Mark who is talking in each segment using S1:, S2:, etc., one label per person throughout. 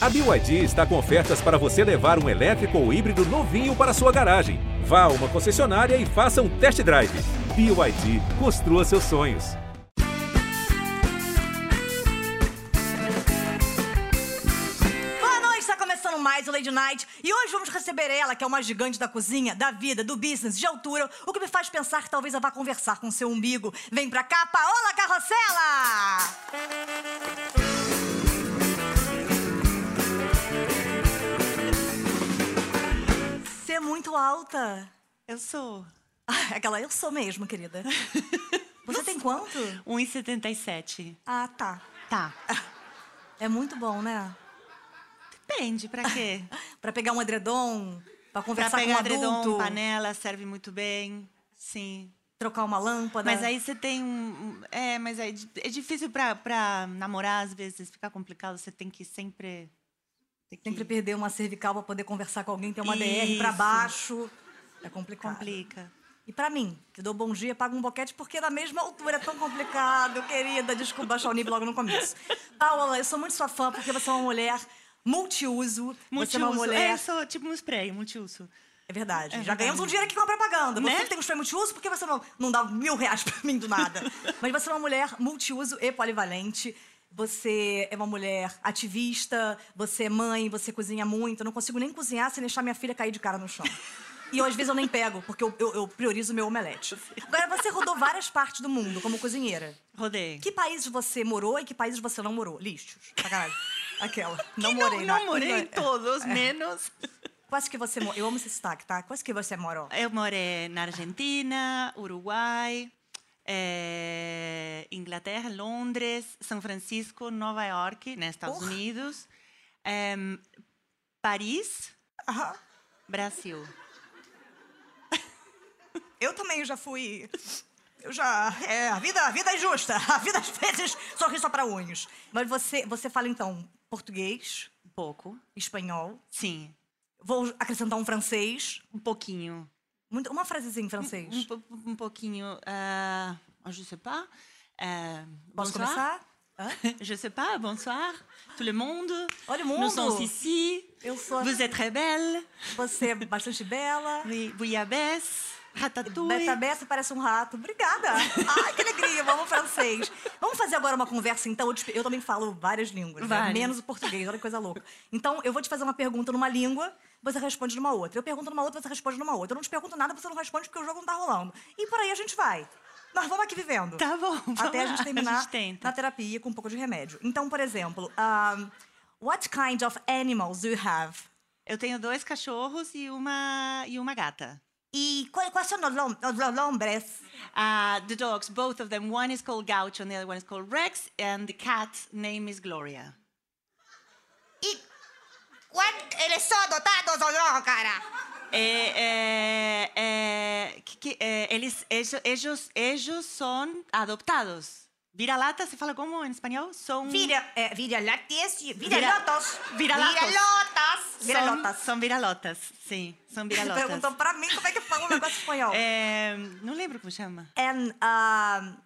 S1: A BYD está com ofertas para você levar um elétrico ou híbrido novinho para sua garagem. Vá a uma concessionária e faça um test drive. BYD, construa seus sonhos.
S2: Boa noite, está tá começando mais o Lady Night. E hoje vamos receber ela, que é uma gigante da cozinha, da vida, do business, de altura, o que me faz pensar que talvez ela vá conversar com seu umbigo. Vem pra cá, Paola Carrossela! Você é muito alta.
S3: Eu sou
S2: Ah, Aquela, eu sou mesmo, querida. Você tem quanto?
S3: 1,77.
S2: Ah, tá.
S3: Tá.
S2: É muito bom, né?
S3: Depende, pra quê?
S2: Pra pegar um edredom, pra
S3: pra
S2: conversar
S3: pegar
S2: com um adulto,
S3: edredom, né? panela, serve muito bem. Sim.
S2: trocar uma lâmpada.
S3: Mas aí você tem um... um- É, mas aí di- é difícil pra, pra namorar, às vezes, fica complicado. Você tem que sempre... Tem que
S2: Sempre perder uma cervical pra poder conversar com alguém, ter uma DR pra
S3: Isso.
S2: baixo. É complicado.
S3: complica.
S2: E pra mim, que dou bom dia, pago um boquete porque na mesma altura é tão complicado, querida. Desculpa baixar o nível logo no começo. Paola, eu sou muito sua fã porque você é uma mulher multiuso. Você é uma
S3: Multiuso.
S2: mulher.
S3: É, eu sou tipo um spray, multiuso.
S2: É verdade.
S3: É
S2: Já
S3: verdade.
S2: ganhamos um dinheiro aqui com a propaganda. Você
S3: Né?
S2: que tem um spray multiuso, por que você não, não dá mil reais pra mim do nada? Mas você é uma mulher multiuso e polivalente. Você é uma mulher ativista, você é mãe, você cozinha muito. Eu não consigo nem cozinhar sem deixar minha filha cair de cara no chão. E eu, às vezes eu nem pego, porque eu, eu, eu priorizo o meu omelete. Agora, você rodou várias partes do mundo como cozinheira.
S3: Rodei.
S2: Que países você morou e que países você não morou? Lixos. Sacanagem. Aquela. Não
S3: Que
S2: morei,
S3: não, não morei
S2: não- É.
S3: em todos, menos...
S2: Quase que você morou. Eu amo esse sotaque, tá? Quase que você morou.
S3: Eu morei na Argentina, Uruguai, eh, Inglaterra, Londres, São Francisco, Nova York, nos Estados
S2: Porra.
S3: Unidos, em Paris,
S2: Aham.
S3: Brasil.
S2: Eu também já fui. Eu já. É, a vida, a vida é justa. A vida às vezes sorri só pra unhos. Mas você, você fala então português,
S3: Um pouco,
S2: espanhol.
S3: sim,
S2: Vou acrescentar um francês.
S3: um pouquinho.
S2: Muito- uma frasezinha em francês.
S3: Um, po- um pouquinho, uh, je sais pas. eh,
S2: Posso
S3: bonsoir.
S2: começar? Hã?
S3: Je sais pas, bonsoir, tout le monde.
S2: Oh, le
S3: Nous
S2: monde.
S3: sommes ici.
S2: Eu sou-
S3: Vous êtes très belle.
S2: Você é bastante bela.
S3: Oui, bouillabaisse, ratatouille.
S2: Beta Bessa parece um rato. Obrigada. Ai, que alegria. Vamos francês. Vamos fazer agora uma conversa, então. Eu, te- eu também falo várias línguas, né?
S3: Várias.
S2: menos o português. Olha que coisa louca. Então, eu vou te fazer uma pergunta numa língua, você responde numa outra. Eu pergunto numa outra, você responde numa outra. Eu não te pergunto nada, você não responde porque o jogo não tá rolando. E por aí a gente vai. Nós vamos aqui vivendo.
S3: Tá bom, vamos
S2: Até a
S3: lá,
S2: gente
S3: a
S2: terminar
S3: gente Tá, tenta.
S2: na terapia com um pouco de remédio. Então, por exemplo, um, what kind of animals do you have?
S3: Eu tenho dois cachorros e uma e uma gata.
S2: E qual, qual é o seu nome? Nombres?
S3: Uh, the dogs, both of them, one is called Gaucho and the other one is called Rex, and the cat's name is Gloria.
S2: E quant- eles são adotados ou não, cara?
S3: É, é, é, que- que- é, eles, ellos, ellos, ellos são adoptados. Vira-lata, se fala como em espanhol? São,
S2: Vira, é, vira latas, vira,
S3: Vira-
S2: lotas.
S3: vira-latas.
S2: Vira-lotas.
S3: são,
S2: Vira-lotas.
S3: São vira-lotas, sim. São vira-lotas.
S2: Perguntou pra mim como é que fala o negócio espanhol.
S3: É, não lembro como chama.
S2: And, um,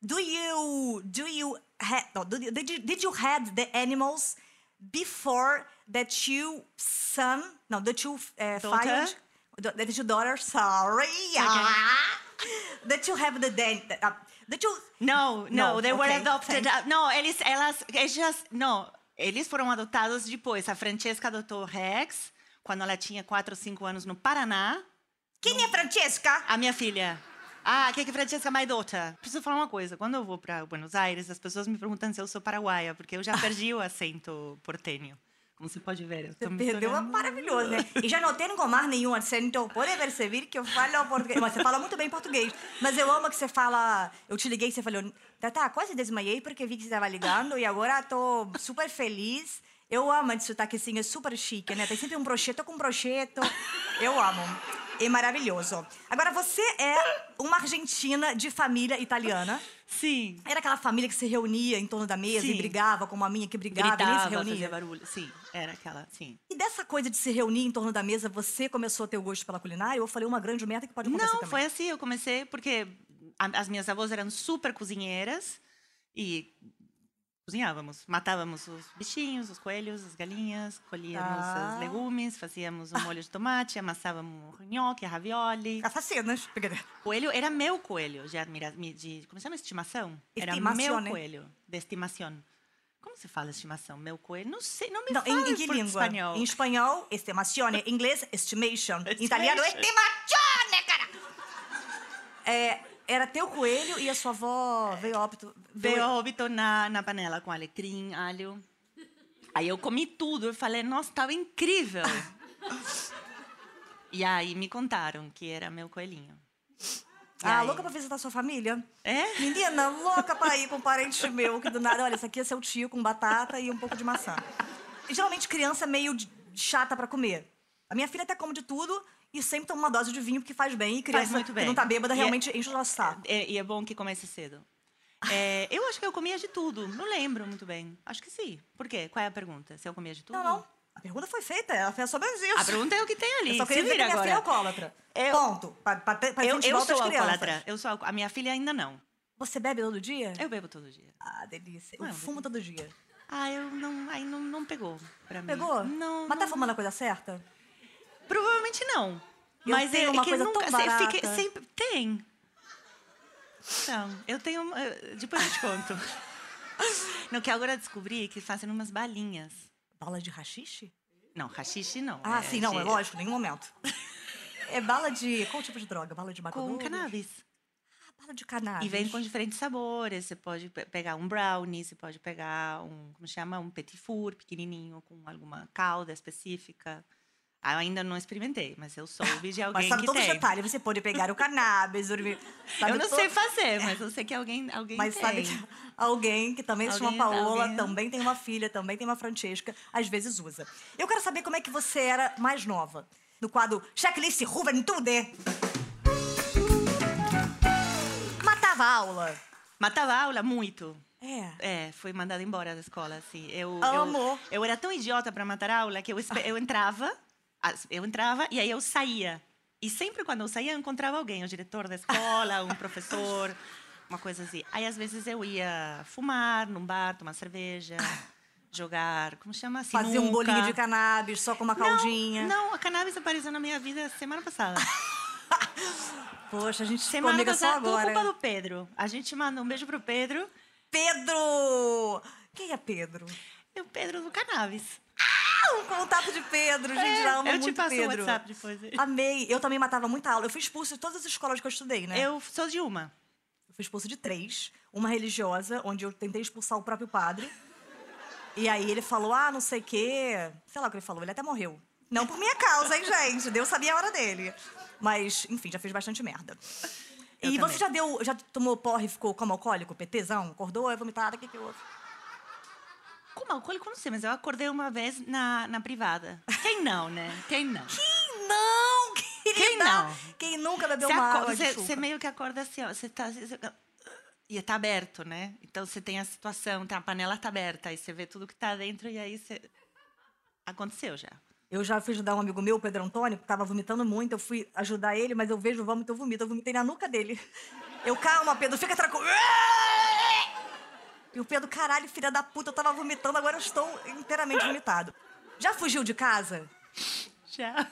S2: do you, do you, ha- no, do you- did, you, did you had the animals before that you son, no, that you uh,
S3: Daughter?
S2: fired, that your daughter, sorry, ah, that you have the, den- uh, that you,
S3: Não,
S2: Não,
S3: não, they were
S2: ok,
S3: adopted.
S2: thank-
S3: ah, Não, eles, elas, elas, não, eles foram adotados depois. A Francesca adotou o Rex quando ela tinha 4 ou 5 anos no Paraná.
S2: quem é Francesca?
S3: A minha filha. Ah, que que Francesca mais adota? Preciso falar uma coisa. Quando eu vou para Buenos Aires, as pessoas me perguntam se eu sou paraguaia, porque eu já perdi o acento portenho. Como você pode ver, eu tô me
S2: Perdeu é
S3: tornando-
S2: maravilhoso, né? E já não tenho mais nenhum acento. Pode perceber que eu falo português. Mas você fala muito bem português. Mas eu amo que você fala. Eu te liguei e você falou. Tata, quase desmaiei porque vi que você estava ligando e agora tô super feliz. Eu amo esse sotaque assim, é super chique, né? Tem sempre um projeto com projeto. Eu amo. É maravilhoso. Agora, você é uma argentina de família italiana.
S3: Sim.
S2: Era aquela família que se reunia em torno da mesa e
S3: Sim.
S2: brigava, como a minha que brigava, e nem
S3: Gritava,
S2: se reunia.
S3: fazia barulho. Sim, era aquela, sim.
S2: E dessa coisa de se reunir em torno da mesa, você começou a ter o gosto pela culinária? Ou eu falei uma grande merda que pode acontecer
S3: Não,
S2: também?
S3: foi assim. Eu comecei porque a- as minhas avós eram super cozinheiras e cozinhávamos. Matávamos os bichinhos, os coelhos, as galinhas, colhíamos
S2: Ah.
S3: os legumes, fazíamos o molho de tomate, amassávamos o nhoque, a ravioli.
S2: Ah. Assassinas. Brincadeira.
S3: Coelho era meu coelho de, admira, mi- de como se chama estimação? Era
S2: Estimação,
S3: meu
S2: né?
S3: coelho de estimação. Como se fala estimação? Meu coelho? Não sei, não me
S2: Não,
S3: fala
S2: em, em que
S3: por
S2: língua?
S3: espanhol.
S2: Em espanhol, estimazione. Em inglês, estimation. Em
S3: Estimation.
S2: italiano, é estimazione, cara! É, era teu coelho e a sua avó veio a óbito.
S3: Veio a óbito na, na panela com alecrim, alho. Aí eu comi tudo, eu falei, nossa, estava incrível. e aí me contaram que era meu coelhinho. E
S2: Ah,
S3: aí-
S2: louca pra visitar sua família?
S3: É?
S2: Menina, louca pra ir com um parente meu, que do nada, olha, esse aqui é seu tio com batata e um pouco de maçã. E, geralmente criança é meio de- chata pra comer. A minha filha até come de tudo e sempre toma uma dose de vinho porque faz bem e criança
S3: muito bem.
S2: que não tá bêbada
S3: E é-
S2: realmente enche o nosso saco.
S3: É, e é bom que comece cedo. É, eu acho que eu comia de tudo. Não lembro muito bem. Acho que sim. Por quê? Qual é a pergunta? Se eu comia de tudo?
S2: Não, não. A pergunta foi feita, ela fez sobre isso.
S3: A pergunta é o que tem ali.
S2: Eu só
S3: Se
S2: queria dizer que
S3: vira
S2: minha filha é
S3: agora.
S2: alcoólatra.
S3: Eu-
S2: Ponto. Pra, pra, pra
S3: Eu,
S2: incentivar
S3: eu
S2: outras
S3: sou
S2: crianças.
S3: alcoólatra. Eu sou alco- A minha filha ainda não.
S2: Você bebe todo dia?
S3: Eu bebo todo dia.
S2: Ah, delícia.
S3: Não,
S2: Eu
S3: eu
S2: fumo todo dia.
S3: Ah, eu não. Aí não, não pegou pra mim.
S2: Pegou?
S3: Não.
S2: Mas tá
S3: não-
S2: fumando a coisa certa?
S3: Provavelmente não.
S2: Eu
S3: Mas
S2: tenho
S3: é,
S2: uma
S3: que
S2: coisa
S3: nunca.
S2: tão
S3: se-
S2: barata.
S3: fiquei- sempre. Tem. Então, eu tenho. uma- eh, Depois eu te conto. No que agora eu descobri que fazem umas balinhas.
S2: Bala de rachixe?
S3: Não, rachixe não.
S2: Ah,
S3: é
S2: sim, não,
S3: de-
S2: é lógico, nenhum momento. É bala de. Qual tipo de droga? Bala de
S3: Com
S2: macadômia?
S3: cannabis.
S2: Ah, bala de cannabis.
S3: E vem com diferentes sabores. Você pode pe- pegar um brownie, você pode pegar um, como chama? Um petit four pequenininho, com alguma calda específica. Ah, Eu ainda não experimentei, mas eu soube de alguém
S2: Mas sabe
S3: que
S2: todos os
S3: tem.
S2: detalhes. Você pode pegar o cannabis, dormir. sabe
S3: Eu não
S2: to-
S3: sei fazer, mas eu sei que alguém, alguém
S2: Mas
S3: tem.
S2: sabe que alguém que também se chama
S3: Alguém- tá
S2: Paola,
S3: alguém-
S2: também tem uma filha, também tem uma Francesca, às vezes usa. Eu quero saber como é que você era mais nova. No quadro Checklist Juventude. Matava a aula.
S3: Matava a aula muito.
S2: É.
S3: É, fui mandada embora da escola, assim. Eu,
S2: Amo.
S3: eu, eu era tão idiota para matar aula que eu, espe- eu entrava, as- eu entrava e aí eu saía. E sempre quando eu saía, eu encontrava alguém, o diretor da escola, um professor, uma coisa assim. Aí às vezes eu ia fumar num bar, tomar cerveja, jogar, como chama? Sinuca.
S2: Fazia um bolinho de cannabis só com uma caldinha.
S3: Não, não, a cannabis apareceu na minha vida semana passada.
S2: Poxa, a gente se
S3: Semana
S2: amiga só
S3: passada, por
S2: agora.
S3: culpa do Pedro. A gente manda um beijo pro Pedro.
S2: Pedro! Quem é Pedro?
S3: E o Pedro do cannabis.
S2: Ah, um contato de Pedro, gente. já amo
S3: É, eu te
S2: muito
S3: passo
S2: Pedro.
S3: o WhatsApp depois.
S2: Amei. Eu também matava muita aula. Eu fui expulsa de todas as escolas que eu estudei, né?
S3: Eu sou de uma.
S2: Eu fui expulsa de três. Uma religiosa, onde eu tentei expulsar o próprio padre. E aí ele falou, ah, não sei o quê. Sei lá o que ele falou, ele até morreu. Não por minha causa, hein, gente? Deus sabia a hora dele. Mas, enfim, já fez bastante merda.
S3: Eu
S2: e
S3: também.
S2: você já deu, já tomou porra e ficou como alcoólico, PTzão? Acordou, é vomitada, o que que houve?
S3: Como alcoólico, não sei, mas eu acordei uma vez na, na privada. Quem não, né? Quem não?
S2: Quem não, querida?
S3: Quem não?
S2: Quem nunca bebeu
S3: Você
S2: uma
S3: aco-
S2: água de
S3: você-
S2: chuva?
S3: Você meio que acorda assim, ó. Você tá. você- e tá aberto, né? Então você tem a situação, tá, a panela tá aberta, aí você vê tudo que tá dentro e aí você. Aconteceu já.
S2: Eu já fui ajudar um amigo meu, o Pedro Antônio, que tava vomitando muito. Eu fui ajudar ele, mas eu vejo o vômito, eu vomito. Eu vomitei na nuca dele. Eu, calma, Pedro, fica tranquilo. E o Pedro, caralho, filha da puta, eu tava vomitando, agora eu estou inteiramente vomitado. Já fugiu de casa?
S3: Já.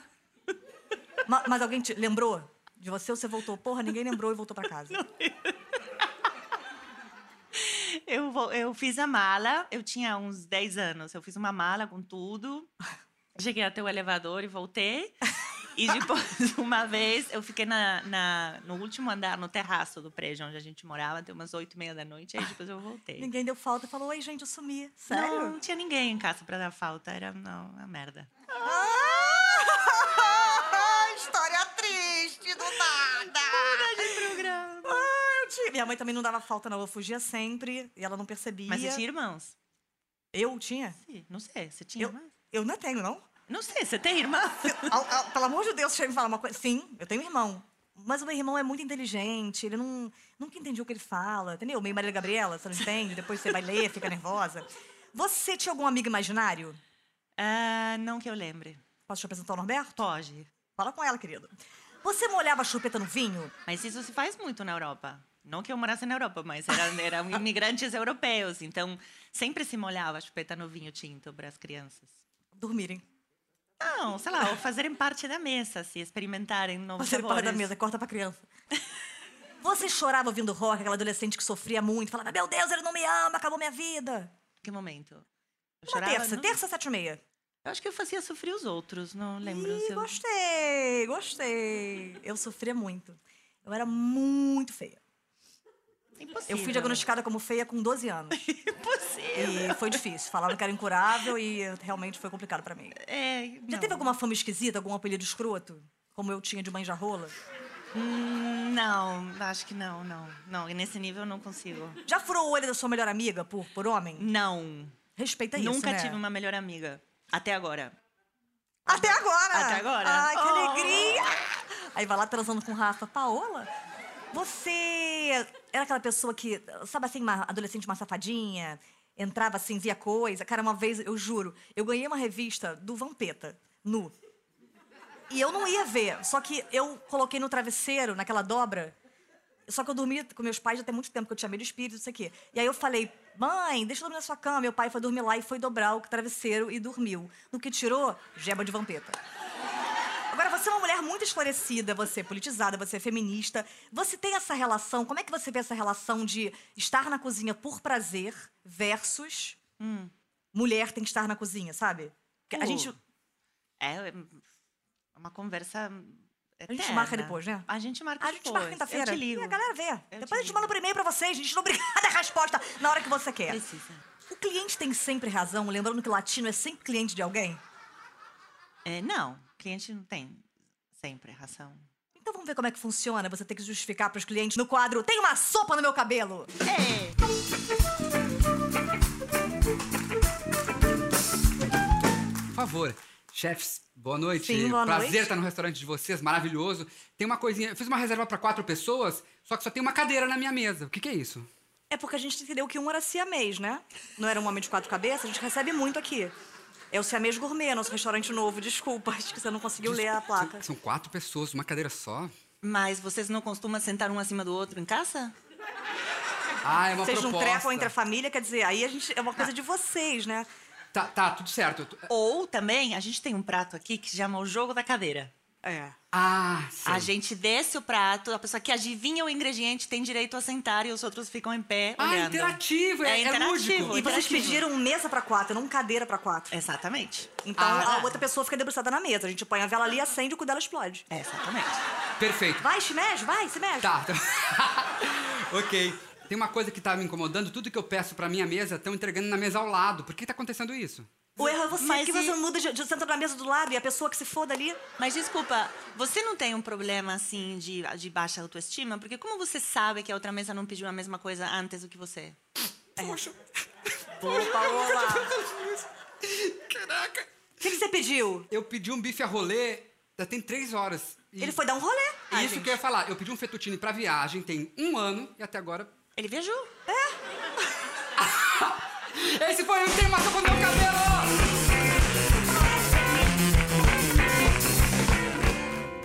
S2: Ma- mas alguém te lembrou de você ou você voltou? Porra, ninguém lembrou e voltou pra casa.
S3: Eu, vou- eu fiz a mala, eu tinha uns 10 anos. Eu fiz uma mala com tudo. Cheguei até o elevador e voltei. E depois, uma vez, eu fiquei na, na- no último andar, no terraço do prédio onde a gente morava, até umas 8 e meia da noite. Aí depois eu voltei.
S2: Ninguém deu falta, falou, oi, gente, eu sumi.
S3: Não,
S2: Sério?
S3: não tinha ninguém em casa pra dar falta. Era não, uma merda.
S2: Ah, história triste, do nada.
S3: Programa.
S2: Ah, eu tinha. Minha mãe também não dava falta, não. Eu fugia sempre e ela não percebia.
S3: Mas você tinha irmãos?
S2: Eu tinha?
S3: Sim, não sei. Você tinha
S2: Eu,
S3: irmãos?
S2: eu não tenho, não.
S3: Não sei, você tem irmãos?
S2: Ao- ao- pelo amor de Deus, deixa eu me falar uma coisa. Sim, eu tenho um irmão. Mas o meu irmão é muito inteligente, ele não, nunca entendeu o que ele fala, entendeu? Meio Maria Gabriela, você não entende? Depois você vai ler, fica nervosa. Você tinha algum amigo imaginário?
S3: Ah, não que eu lembre.
S2: Posso te apresentar o Norberto?
S3: Pode.
S2: Fala com ela, querido. Você molhava a chupeta no vinho?
S3: Mas isso se faz muito na Europa. Não que eu morasse na Europa, mas era- eram imigrantes europeus. Então, sempre se molhava a chupeta no vinho tinto para as crianças.
S2: Dormirem.
S3: Não, sei lá, ou fazerem parte da mesa, se experimentarem novos
S2: Você para
S3: sabores.
S2: da mesa, corta pra criança. Você chorava ouvindo rock, aquela adolescente que sofria muito, falava, meu Deus, ele não me ama, acabou minha vida.
S3: Que momento? Eu
S2: Uma terça,
S3: não?
S2: terça, sete e meia.
S3: Eu acho que eu fazia sofrer os outros, não lembro. se
S2: Ih,
S3: eu-
S2: gostei, gostei. Eu sofria muito. Eu era muito feia.
S3: Impossível.
S2: Eu fui diagnosticada como feia com 12 anos.
S3: Impossível.
S2: E foi difícil. Falaram que era incurável e realmente foi complicado pra mim.
S3: É,
S2: Já
S3: não.
S2: teve alguma fama esquisita, algum apelido escroto? Como eu tinha de mãe jarrola?
S3: Hum, Não, acho que não, não. Não, e nesse nível eu não consigo.
S2: Já furou o olho da sua melhor amiga por, por homem?
S3: Não.
S2: Respeita isso,
S3: Nunca
S2: né?
S3: tive uma melhor amiga. Até agora.
S2: Até agora!
S3: Até agora?
S2: Ai, que
S3: Oh.
S2: alegria! Aí vai lá transando com o Rafa. Paola, você era aquela pessoa que, sabe assim, uma adolescente mais safadinha? Entrava assim, via coisa. Cara, uma vez, eu juro, eu ganhei uma revista do Vampeta, nu. E eu não ia ver, só que eu coloquei no travesseiro, naquela dobra. Só que eu dormi com meus pais já tem muito tempo, que eu tinha medo de espírito, isso aqui. E aí eu falei, mãe, deixa eu dormir na sua cama. Meu pai foi dormir lá e foi dobrar o travesseiro e dormiu. No que tirou, jeba de vampeta. Agora, você é uma mulher muito esclarecida, você é politizada, você é feminista. Você tem essa relação, como é que você vê essa relação de estar na cozinha por prazer versus
S3: Hum.
S2: mulher tem que estar na cozinha, sabe? Porque a
S3: Uh.
S2: gente
S3: É é uma conversa.
S2: gente
S3: eterna.
S2: marca depois, né?
S3: A gente marca
S2: A
S3: depois.
S2: gente marca quinta-feira.
S3: Eu te ligo.
S2: E a galera vê.
S3: te
S2: Depois a gente
S3: ligo.
S2: manda por e-mail pra vocês. A gente não é obrigada a resposta na hora que você quer.
S3: Precisa.
S2: O cliente tem sempre razão, lembrando que latino é sempre cliente de alguém.
S3: É, não, cliente não tem sempre ração.
S2: Então vamos ver como é que funciona. Você tem que justificar pros clientes no quadro Tem uma sopa no meu cabelo.
S4: Por favor. Chefs, boa noite.
S2: Sim, boa
S4: Prazer
S2: noite.
S4: estar no restaurante de vocês, maravilhoso. Tem uma coisinha. Eu fiz uma reserva para quatro pessoas, só que só tem uma cadeira na minha mesa. O que, que é isso?
S2: É porque a gente entendeu que um era siamês, né? Não era um homem de quatro cabeças. A gente recebe muito aqui. É o siamês gourmet, nosso restaurante novo. Desculpa, acho que você não conseguiu ler a placa.
S4: São, são quatro pessoas, uma cadeira só.
S3: Mas vocês não costumam sentar um acima do outro em casa?
S4: Ah, é uma
S2: Vocês não
S4: proposta.
S2: trecam entre a família, quer dizer, aí a gente é uma coisa de vocês, né?
S4: Tá, tá, tudo certo. Eu tô-
S3: Ou também, a gente tem um prato aqui que se chama o jogo da cadeira.
S2: É.
S4: Ah, sim.
S3: A gente desce o prato, a pessoa que adivinha o ingrediente tem direito a sentar e os outros ficam em pé
S2: tá
S4: Ah,
S3: olhando.
S4: interativo, é,
S3: É
S4: é
S3: interativo.
S4: lúdico.
S2: E vocês
S3: Interativo.
S2: pediram mesa pra quatro, não cadeira pra quatro.
S3: Exatamente.
S2: Então
S4: Ah.
S2: a outra pessoa fica debruçada na mesa. A gente põe a vela ali, acende, o cu dela explode.
S3: É, exatamente.
S4: Perfeito.
S2: Vai, se mexe, vai, se mexe.
S4: Tá. tá. ok. Tem uma coisa que tá me incomodando. Tudo que eu peço pra minha mesa, estão entregando na mesa ao lado. Por que tá acontecendo isso?
S2: O erro é você,
S3: Mas
S2: que
S3: e-
S2: você muda, de, de- senta na mesa do lado e a pessoa que se foda ali.
S3: Mas desculpa, você não tem um problema assim de, de baixa autoestima? Porque como você sabe que a outra mesa não pediu a mesma coisa antes do que você?
S4: Poxa,
S2: Boa,
S3: tá
S2: Paola.
S4: caraca.
S2: O que, que você pediu?
S4: Eu pedi um bife a rolê, já tem três horas. E
S2: Ele foi dar um rolê. Ai,
S4: isso
S2: gente.
S4: que
S3: é
S4: eu ia falar. Eu pedi um fettuccine pra viagem, tem um ano, e até agora...
S3: Ele viajou.
S4: Esse foi o tema sobre meu cabelo!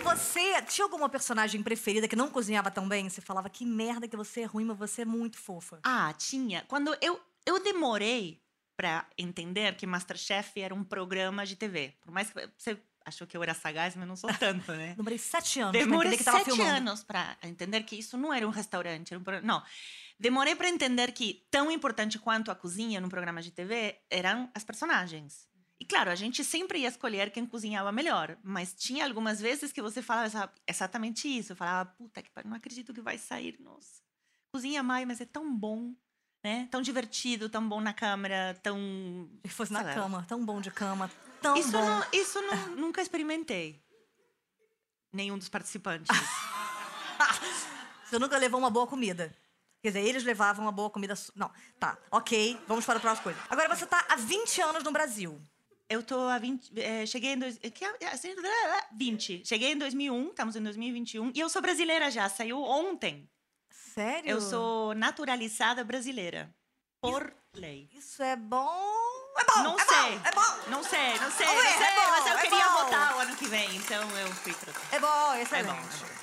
S2: Você tinha alguma personagem preferida que não cozinhava tão bem? Você falava, que merda que você é ruim, mas você é muito fofa.
S3: Ah, tinha. Quando eu, eu demorei pra entender que Masterchef era um programa de TV. Por mais que você achou que eu era sagaz, mas não sou tanto, né?
S2: Demorei sete anos pra
S3: Demorei
S2: entender que tava
S3: sete
S2: filmando.
S3: anos para entender que isso não era um restaurante, era um pro... não. Demorei para entender que tão importante quanto a cozinha num programa de TV eram as personagens. E claro, a gente sempre ia escolher quem cozinhava melhor, mas tinha algumas vezes que você falava exa- exatamente isso. Eu falava, puta que pariu, não acredito que vai sair, nossa. Cozinha mais, mas é tão bom, né? Tão divertido, tão bom na câmera, tão.
S2: Se fosse
S3: sei
S2: na
S3: lá.
S2: cama, tão bom de cama, tão
S3: Ah, Isso,
S2: bom.
S3: não- isso não- nunca experimentei. Nenhum dos participantes.
S2: Você nunca levou uma boa comida. Quer dizer, eles levavam uma boa comida. su- Não, tá, ok, vamos para a próxima coisa. Agora você tá há 20 anos no Brasil.
S3: Eu tô há 20. eh, cheguei em. Dois, eh, que- eh, assim, blá, blá, 20. Cheguei em 2001, estamos em 2021. E eu sou brasileira já, saiu ontem.
S2: Sério?
S3: Eu sou naturalizada brasileira. Por lei.
S2: Isso é bom. É bom!
S3: não
S2: é
S3: sei.
S2: Bom, é bom!
S3: Não sei, não sei.
S2: Vamos
S3: não
S2: ver,
S3: sei
S2: é bom,
S3: mas eu
S2: é
S3: queria
S2: bom.
S3: votar o ano que vem, então eu fui pra.
S2: É bom,
S3: É
S2: excelente.
S3: bom. é bom.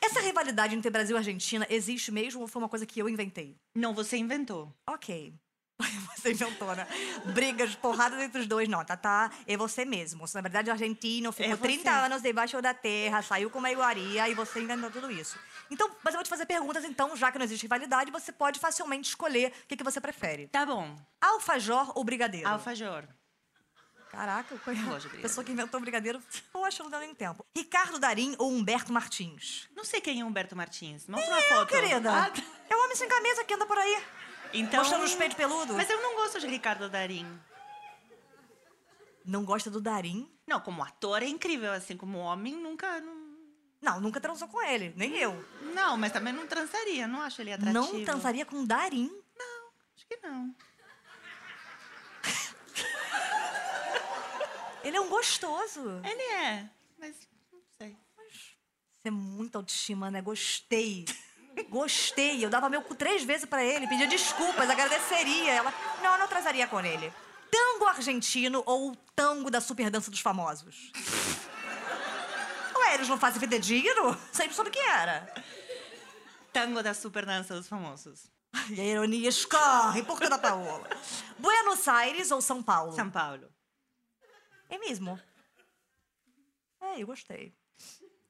S2: Essa rivalidade entre Brasil e Argentina existe mesmo ou foi uma coisa que eu inventei?
S3: Não, você inventou.
S2: Ok. Você inventou, né? Brigas, porradas entre os dois. Não, tá, tá. É você mesmo. Você, na verdade, é argentino, ficou
S3: É você.
S2: 30 anos debaixo da terra, saiu com uma iguaria e você inventou tudo isso. Então, mas eu vou te fazer perguntas, então, já que não existe rivalidade, você pode facilmente escolher o que, que você prefere.
S3: Tá bom.
S2: Alfajor ou brigadeiro?
S3: Alfajor.
S2: Caraca, eu conheço
S3: gosto de
S2: a
S3: brigadeiro.
S2: pessoa que inventou brigadeiro. Poxa, não deu nem tempo. Ricardo Darim ou Humberto Martins?
S3: Não sei quem é Humberto Martins. Mostra uma
S2: eu,
S3: foto.
S2: querida.
S3: Ah, tá.
S2: É o homem sem camisa que anda por aí.
S3: Então...
S2: Mostrando os peitos peludos.
S3: Mas eu não gosto de Ricardo Darim.
S2: Não gosta do Darim?
S3: Não, como ator é incrível, assim, como homem nunca... Não,
S2: Não, nunca transou com ele, nem eu.
S3: não mas também não transaria, não acho ele Hum, atrativo.
S2: Não transaria com Darim?
S3: Não, acho que não.
S2: Ele é um gostoso.
S3: Ele é, mas não sei.
S2: Você é muito autoestima, né? Gostei. Gostei. Eu dava meu cu três vezes pra ele, pedia desculpas, agradeceria. Ela, não, eu não transaria com ele. Tango argentino ou o tango da superdança dos famosos? Ué, eles não fazem fidedigno? Sempre soube que era.
S3: Tango da superdança dos famosos.
S2: E a ironia escorre por toda a Paola. Buenos Aires ou São Paulo?
S3: São Paulo.
S2: É mesmo? É, eu gostei.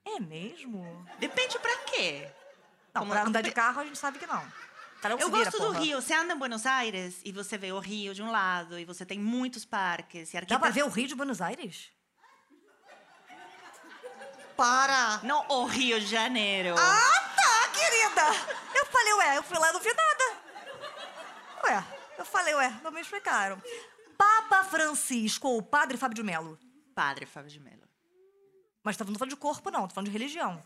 S2: É mesmo?
S3: Depende pra quê?
S2: Não,
S3: Como- é
S2: pra andar de carro a gente sabe que não. Cada um
S3: Eu
S2: se vira,
S3: gosto do
S2: porra.
S3: Rio. Você anda em Buenos Aires e você vê o Rio de um lado e você tem muitos parques e
S2: Dá pra
S3: arquitetura.
S2: ver o Rio de Buenos Aires? Para!
S3: Não o Rio de Janeiro.
S2: Ah, tá, querida! Eu falei, ué, eu fui lá e não vi nada. Ué, eu falei, ué, não me explicaram. Papa Francisco ou Padre Fábio de Melo?
S3: Padre Fábio de Mello.
S2: Mas tá não tô falando de corpo, não, tô falando de religião.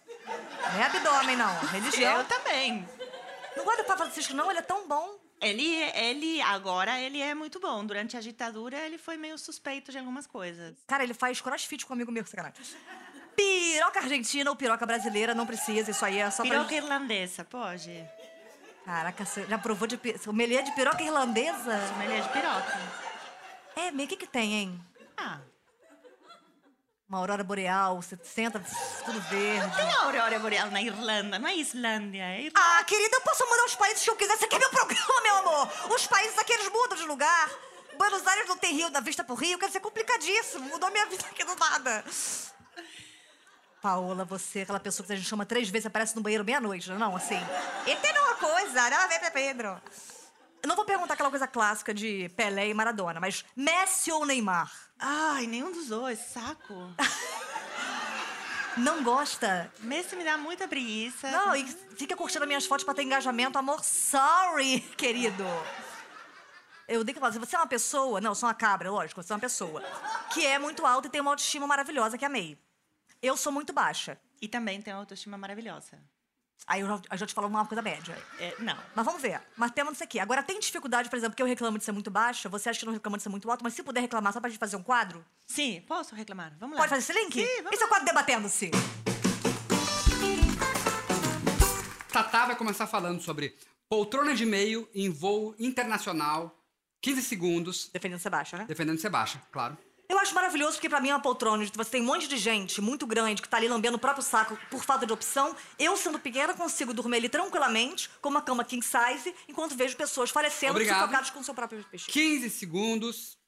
S2: Não é abdômen, não. Religião.
S3: Eu também.
S2: Não gosta do Papa Francisco, não, ele é tão bom.
S3: Ele, ele, agora, ele é muito bom. Durante a ditadura, ele foi meio suspeito de algumas coisas.
S2: Cara, ele faz crossfit com um amigo meu, sacanagem. Piroca argentina ou piroca brasileira, não precisa, isso aí é só pra...
S3: Piroca irlandesa, pode?
S2: Caraca, você já provou de... pi- Sommelier de piroca irlandesa?
S3: Sommelier de piroca.
S2: É, meio que que tem, hein?
S3: Ah.
S2: Uma aurora boreal, você senta, pff, tudo verde.
S3: Tem a aurora boreal na Irlanda, não é Islândia, é Irlanda.
S2: Ah, querida, eu posso mudar os países que eu quiser. Você quer meu programa, meu amor? Os países aqui, eles mudam de lugar. Buenos Aires não tem rio, da vista pro rio. Quer ser complicadíssimo. Mudou minha vida aqui do nada. Paola, você é aquela pessoa que a gente chama três vezes e aparece no banheiro meia-noite, não é não? Assim, e tem uma coisa, não vem, Pedro. Eu não vou perguntar aquela coisa clássica de Pelé e Maradona, mas Messi ou Neymar?
S3: Ai, nenhum dos dois, saco.
S2: Não gosta?
S3: Messi me dá muita preguiça.
S2: Não, e fica curtindo minhas fotos pra ter engajamento. Amor, sorry, querido. Eu dei que falar assim, você é uma pessoa... Não, eu sou uma cabra, lógico, você é uma pessoa. Que é muito alta e tem uma autoestima maravilhosa, que amei. Eu sou muito baixa.
S3: E também tem uma autoestima maravilhosa.
S2: Aí eu já, eu já te falo uma coisa média.
S3: É, não.
S2: Mas vamos ver. Mas temos isso aqui. Agora, tem dificuldade, por exemplo, que eu reclamo de ser muito baixa, você acha que eu não reclamo de ser muito alto, mas se puder reclamar só pra gente fazer um quadro,
S3: Sim, posso reclamar? Vamos lá.
S2: pode fazer esse link?
S3: Sim, vamos
S2: Esse é o quadro Debatendo-se.
S4: Tatá vai começar falando sobre poltrona de meio em voo internacional, 15 segundos,
S2: Defendendo ser baixa, né?
S4: defendendo ser baixa, claro.
S2: Eu acho maravilhoso porque pra mim é uma poltrona onde você tem um monte de gente muito grande que tá ali lambendo o próprio saco por falta de opção. Eu, sendo pequena, consigo dormir ali tranquilamente, com uma cama king size, enquanto vejo pessoas falecendo
S4: Obrigado.
S2: sufocadas com o seu próprio peixe.
S4: 15 segundos,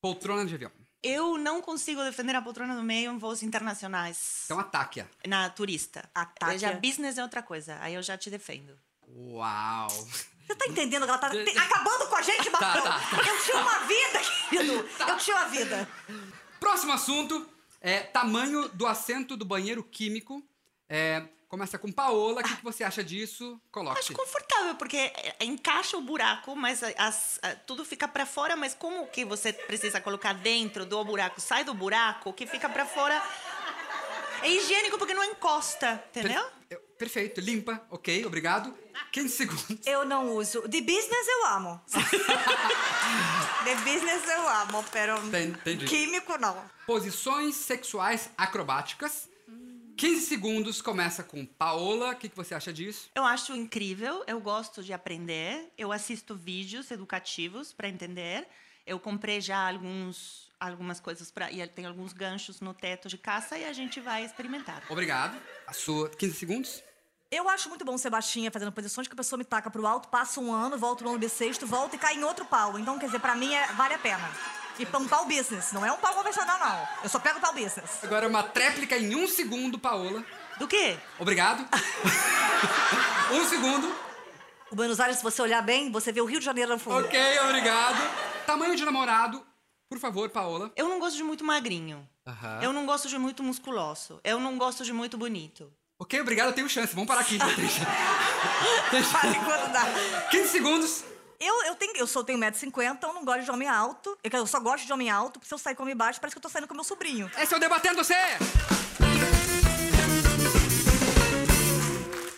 S4: poltrona de avião.
S3: Eu não consigo defender a poltrona do meio em voos internacionais.
S4: Então ataque-a.
S3: Na turista.
S2: Ataque.
S3: Já business é outra coisa, aí eu já te defendo.
S4: Uau.
S2: Você tá entendendo que ela tá te- acabando com a gente, Marcão?
S4: tá,
S2: Eu tinha uma vida, querido! Eu tinha uma vida.
S4: Próximo assunto é tamanho do assento do banheiro químico. É, começa com Paola, o que, que você acha disso?
S3: Acho
S4: Coloque.
S3: confortável, porque é, é, encaixa o buraco, mas a- as- a- tudo fica pra fora. Mas como que você precisa colocar dentro do buraco? Sai do buraco, o que fica pra fora. É higiênico porque não encosta,
S4: Per-
S3: entendeu?
S4: eu- Perfeito, limpa, ok, obrigado. 15 segundos.
S2: Eu não uso. The business eu amo. The business eu amo, pero
S4: Ten- entendi.
S2: químico não.
S4: Posições sexuais acrobáticas. 15 segundos, começa com Paola, o que, que você acha disso?
S3: Eu acho incrível, eu gosto de aprender, eu assisto vídeos educativos para entender. Eu comprei já alguns algumas coisas para e tem alguns ganchos no teto de caça e a gente vai experimentar.
S4: Obrigado. A sua 15 segundos.
S2: Eu acho muito bom ser baixinha fazendo posições que a pessoa me taca pro alto, passa um ano, volta no ano bissexto, volta e cai em outro pau. Então, quer dizer, pra mim é, vale a pena. E pra um pau business, não é um pau convencional, não. Eu só pego pau business.
S4: Agora uma tréplica em um segundo, Paola.
S3: Do quê?
S4: Obrigado. um segundo.
S2: O Buenos Aires, se você olhar bem, você vê o Rio de Janeiro no fundo.
S4: Ok, obrigado. Tamanho de namorado, por favor, Paola.
S3: Eu não gosto de muito magrinho.
S4: Aham.
S3: Eu não gosto de muito musculoso. Eu não gosto de muito bonito.
S4: Ok, obrigado, eu tenho chance. Vamos parar aqui, Patrícia.
S2: Fala enquanto dá.
S4: 15 segundos.
S2: Eu, eu, tenho, eu só tenho 1,50m, então eu não gosto de homem alto. É Eu, eu só gosto de homem alto, porque se eu sair com homem baixo, parece que eu tô saindo com meu sobrinho.
S4: Esse é o Debatendo Você!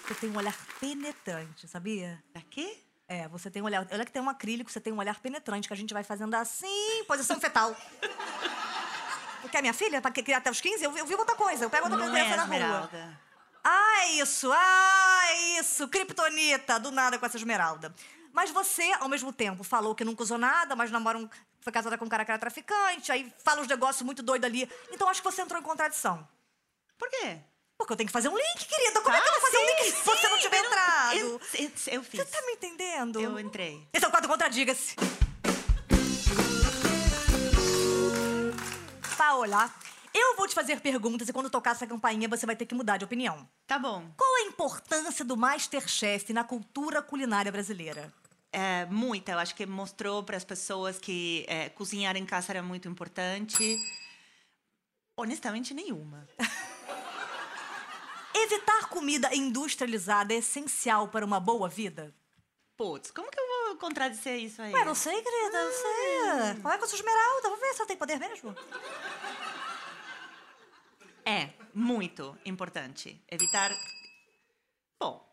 S2: Você tem um olhar penetrante, sabia?
S3: Pra quê?
S2: É, você tem um olhar. Olha que tem um acrílico, você tem um olhar penetrante que a gente vai fazendo assim, posição fetal. Porque a minha filha, pra criar até os 15, eu, vi- eu vi outra coisa. Eu pego outra
S3: Não é,
S2: criança na rua.
S3: Esmeralda.
S2: Ah, isso! Ah, isso! Kryptonita, do nada com essa esmeralda. Mas você, ao mesmo tempo, falou que nunca usou nada, mas namora um. Foi casada com um cara que era traficante, aí fala uns negócios muito doidos ali. Então acho que você entrou em contradição.
S3: Por quê?
S2: Porque eu tenho que fazer um link, querida. Como é que eu vou
S3: Ah,
S2: fazer um
S3: sim,
S2: link se você não
S3: sim,
S2: tiver
S3: eu
S2: entrado?
S3: Eu, eu- eu fiz.
S2: Você tá me entendendo?
S3: Eu entrei.
S2: Esse é o quadro Contradiga-se. Paola, eu vou te fazer perguntas e quando tocar essa campainha você vai ter que mudar de opinião.
S3: Tá bom.
S2: Qual a importância do Masterchef na cultura culinária brasileira?
S3: É, muita, eu acho que mostrou para as pessoas que é, cozinhar em casa era muito importante. Honestamente, nenhuma.
S2: Evitar comida industrializada é essencial para uma boa vida?
S3: Putz, como que eu vou contradizer isso aí?
S2: Ué, não sei, querida, não sei. Olha com a sua esmeralda, vamos ver se ela tem poder mesmo.
S3: É, muito importante. Evitar. Bom.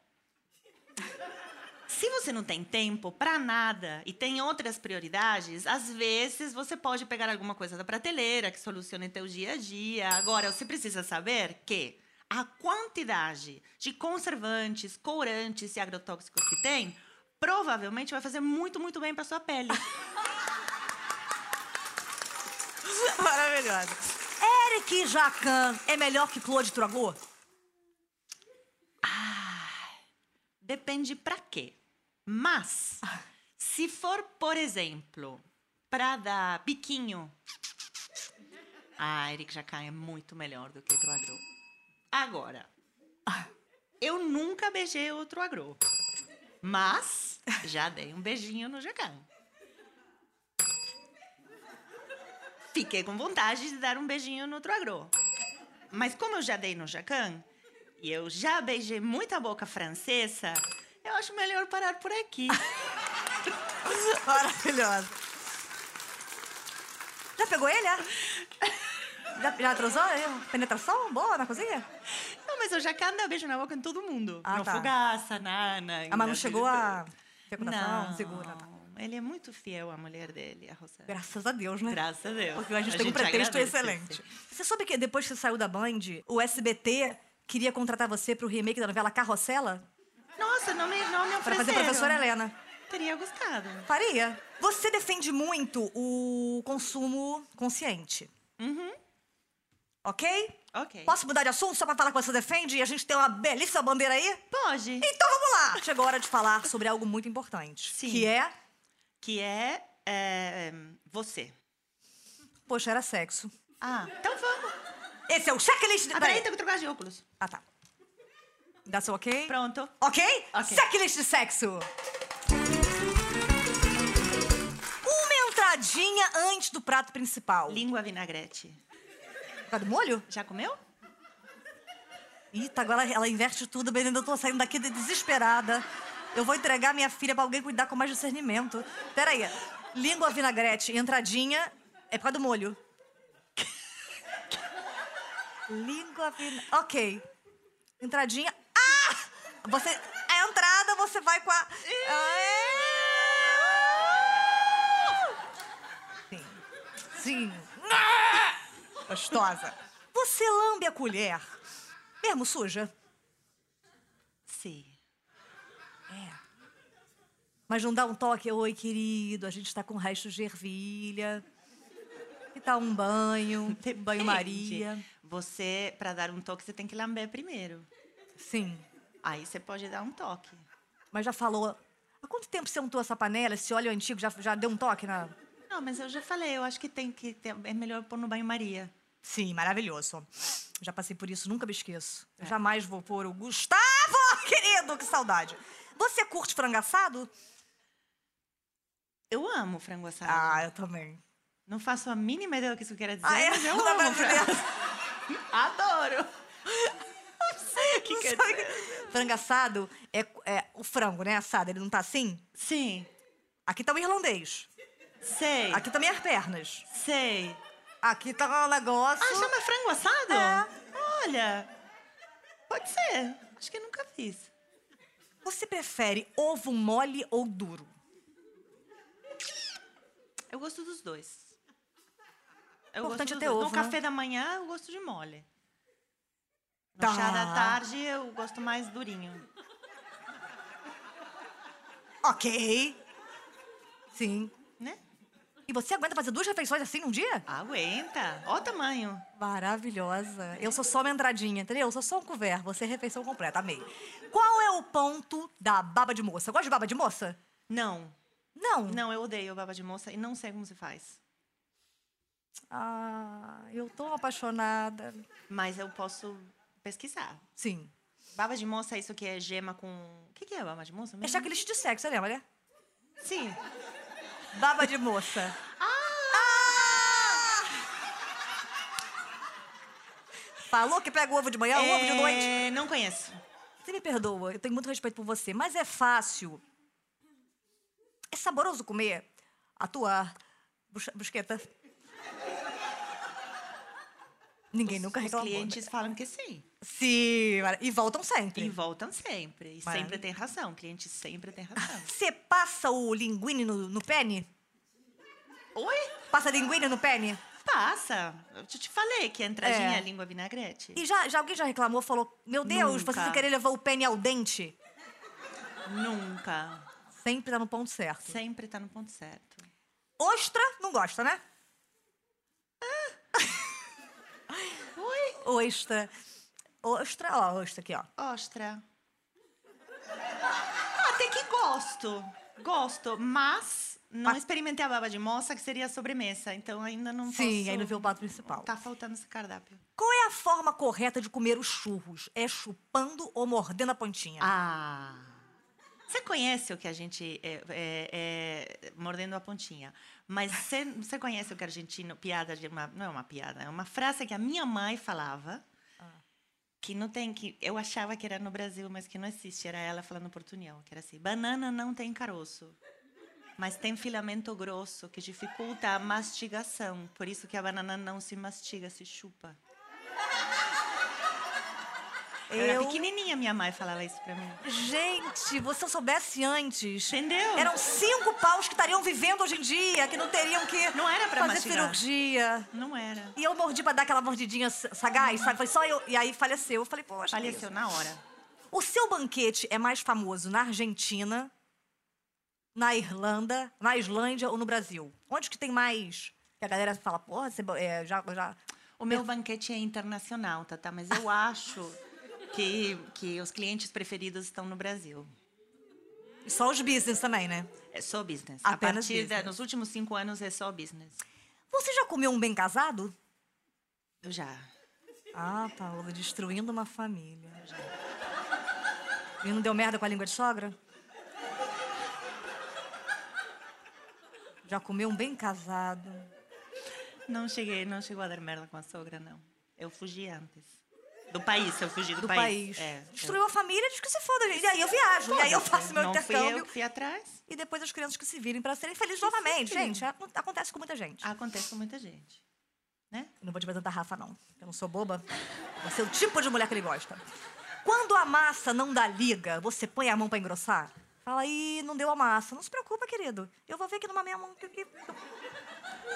S3: Se você não tem tempo pra nada e tem outras prioridades, às vezes você pode pegar alguma coisa da prateleira que solucione teu dia a dia. Agora, você precisa saber que a quantidade de conservantes, corantes e agrotóxicos que tem provavelmente vai fazer muito, muito bem pra sua pele.
S2: Maravilhosa. Eric Jacan é melhor que Claude Trogot?
S3: Depende para quê. Mas, se for, por exemplo, para dar biquinho, a Eric Jacquin é muito melhor do que outro agro. Agora, eu nunca beijei outro agro. Mas, já dei um beijinho no Jacquin. Fiquei com vontade de dar um beijinho no outro agro. Mas como eu já dei no Jacan e eu já beijei muita boca francesa, eu acho melhor parar por aqui.
S2: Maravilhosa. Já pegou ele, é? Já, já transou? é? Penetração boa na cozinha?
S3: Não, mas o Jacan dá beijo na boca em todo mundo.
S2: Ah,
S3: no
S2: tá.
S3: Fogaça, na Ana.
S2: Ah, mas não
S3: ainda,
S2: chegou a fecundação?
S3: Não,
S2: Segura. tá.
S3: ele é muito fiel à mulher dele, a Rosana.
S2: Graças a Deus, né?
S3: Graças a Deus.
S2: Porque a gente tem um pretexto
S3: agradece,
S2: excelente.
S3: sim.
S2: Você soube que depois que você saiu da Band, o SBT queria contratar você pro remake da novela Carrossela?
S3: Nossa, não me, não me ofereceram.
S2: Pra fazer professora é Helena.
S3: Teria gostado.
S2: Faria. Você defende muito o consumo consciente. Uhum. Ok?
S3: Ok.
S2: Posso mudar de assunto só pra falar que você defende e a gente tem uma belíssima bandeira aí?
S3: Pode.
S2: Então vamos lá! Chegou a hora de falar sobre algo muito importante.
S3: Sim.
S2: Que é.
S3: Que é, é você.
S2: Poxa, era sexo.
S3: Ah, então vamos.
S2: Esse é o checklist.
S3: Ah, peraí,
S2: peraí.
S3: tenho que trocar de óculos.
S2: Ah, tá. Dá seu ok?
S3: Pronto.
S2: Ok?
S3: Ok.
S2: Checklist de sexo. Uma entradinha antes do prato principal.
S3: Língua vinagrete.
S2: Por causa do molho?
S3: Já comeu?
S2: Eita, tá, agora ela inverte tudo, Belinda. Eu tô saindo daqui desesperada. Eu vou entregar minha filha pra alguém cuidar com mais discernimento. Peraí. Língua vinagrete, entradinha, é por causa do molho. Língua vinagrete. Ok. Entradinha. Ah! Você. A entrada, você vai com a. Aê! Sim. Sim. Ah! Gostosa. Você lambe a colher. Mesmo suja?
S3: Sim.
S2: É. Mas não dá um toque, oi, querido, a gente tá com resto de ervilha. que tal um banho, banho-maria?
S3: Gente, Você, pra dar um toque, você tem que lamber primeiro.
S2: Sim.
S3: Aí você pode dar um toque.
S2: Mas já falou. Há quanto tempo você untou essa panela? Esse óleo antigo já, já deu um toque na.
S3: Não, mas eu já falei, eu acho que tem que. ter- é melhor pôr no banho-maria.
S2: Sim, maravilhoso. Já passei por isso, nunca me esqueço.
S3: É.
S2: Jamais vou pôr o Gustavo, querido, que saudade. Você curte frango assado?
S3: Eu amo frango assado.
S2: Ah, eu também.
S3: Não faço a mínima ideia do que isso quer dizer,
S2: Ah, é?
S3: mas eu
S2: Não dá pra
S3: amo frango.
S2: entender.
S3: Adoro! Não sei o que quer
S2: Sabe?
S3: dizer.
S2: Frango assado é, é o frango, né? Assado, ele não tá assim?
S3: Sim,
S2: Aqui tá o irlandês.
S3: sei,
S2: Aqui também as pernas.
S3: sei.
S2: Aqui tá o negócio.
S3: Ah, chama frango assado?
S2: É.
S3: Olha, pode ser. Acho que eu nunca fiz.
S2: Você prefere ovo mole ou duro?
S3: Eu gosto dos dois. Eu
S2: Importante
S3: gosto
S2: é ter
S3: dos dois.
S2: ovo,
S3: No
S2: né?
S3: café da manhã, eu gosto de mole. No
S2: Tá.
S3: chá da tarde, eu gosto mais durinho.
S2: Ok. Sim.
S3: Né?
S2: E você aguenta fazer duas refeições assim num dia?
S3: Aguenta. Ó o tamanho.
S2: Maravilhosa. Eu sou só uma entradinha, entendeu? Eu sou só um couvert. Você é refeição completa. Amei. Qual é o ponto da baba de moça? Gosta de baba de moça?
S3: Não.
S2: Não.
S3: Não, eu odeio baba de moça e não sei como se faz.
S2: Ah, eu tô apaixonada.
S3: Mas eu posso pesquisar.
S2: Sim.
S3: Baba de moça é isso que é gema com... O que, que é baba de moça
S2: É
S3: mesmo?
S2: checklist de sexo, você lembra, né?
S3: Sim.
S2: Baba de moça.
S3: Ah!
S2: Ah! Falou que pega o ovo de manhã, o um ovo de noite.
S3: É, Não conheço.
S2: Você me perdoa, eu tenho muito respeito por você, mas é fácil. É saboroso comer, atuar, bucha- brusqueta. Ninguém nunca
S3: Os
S2: reclamou. né?
S3: clientes falam que sim.
S2: Sim, mara- e voltam sempre.
S3: E voltam sempre. E
S2: Maravilha.
S3: sempre tem razão. O cliente sempre tem razão.
S2: Você passa o linguine no, no pene?
S3: Oi?
S2: Passa linguine no pene?
S3: Passa. Eu te te falei que a entradinha
S2: É.
S3: é, a língua vinagrete.
S2: E já, já alguém já reclamou, falou: Meu Deus, você
S3: Nunca.
S2: sem querer levou o pene ao dente?
S3: Nunca.
S2: Sempre tá no ponto certo.
S3: Sempre tá no ponto certo.
S2: Ostra, não gosta, né?
S3: Ah. Oi?
S2: Ostra. Ostra, ó, ostra aqui, ó.
S3: Ostra. Ah, Até que gosto. Gosto, mas não
S2: Mas-
S3: experimentei a baba de moça, que seria a sobremesa. Então ainda não posso...
S2: Sim, aí não vê o prato principal.
S3: Tá faltando esse cardápio.
S2: Qual é a forma correta de comer os churros? É chupando ou mordendo a pontinha?
S3: Ah! Você conhece o que a gente. É, é, é, mordendo a pontinha. Mas você- você conhece o que argentino. Piada de uma. Não é uma piada, é uma frase que a minha mãe falava. Que não tem. que Eu achava que era no Brasil, mas que não existe. Era ela falando portunhol. Que era assim: banana não tem caroço. Mas tem filamento grosso que dificulta a mastigação. Por isso que a banana não se mastiga, se chupa. Eu... Era pequenininha, minha mãe falava isso pra mim.
S2: Gente, você soubesse antes.
S3: Entendeu?
S2: Eram cinco paus que estariam vivendo hoje em dia, que não teriam que
S3: Não era pra
S2: fazer
S3: mastigar.
S2: cirurgia.
S3: Não era.
S2: E eu mordi pra dar aquela mordidinha sa- sagaz, sabe? Foi só eu. E aí faleceu. Eu falei, poxa.
S3: Faleceu na hora.
S2: O seu banquete é mais famoso na Argentina, na Irlanda, na Islândia ou no Brasil? Onde que tem mais? Que a galera fala, porra, você ba- é, já, já.
S3: O meu banquete é internacional, Tata, mas eu acho que, que os clientes preferidos estão no Brasil.
S2: Só os business também, né?
S3: É só business.
S2: Apenas
S3: A partir da-
S2: business.
S3: nos últimos cinco anos é só business.
S2: Você já comeu um bem casado?
S3: Eu já.
S2: Ah, Paola, destruindo uma família. E não deu merda com a língua de sogra? Já comeu um bem casado.
S3: Não cheguei, não chegou a dar merda com a sogra, não. Eu fugi antes. Do país, eu fugi do,
S2: Do país.
S3: É,
S2: Destruiu a família, diz que se foda. gente. E aí eu viajo, e aí eu faço meu
S3: não Fui
S2: intercâmbio.
S3: eu que fui atrás.
S2: E depois as crianças que se virem pra serem felizes novamente.
S3: virem.
S2: Gente, ac- acontece com muita gente.
S3: Acontece com muita gente. Né?
S2: Eu Não vou te apresentar a Rafa, não. Eu não sou boba. Você é o tipo de mulher que ele gosta. Quando a massa não dá liga, você põe a mão pra engrossar? Fala, aí, não deu a massa. Não se preocupa, querido. Eu vou ver aqui numa minha mão. que- que-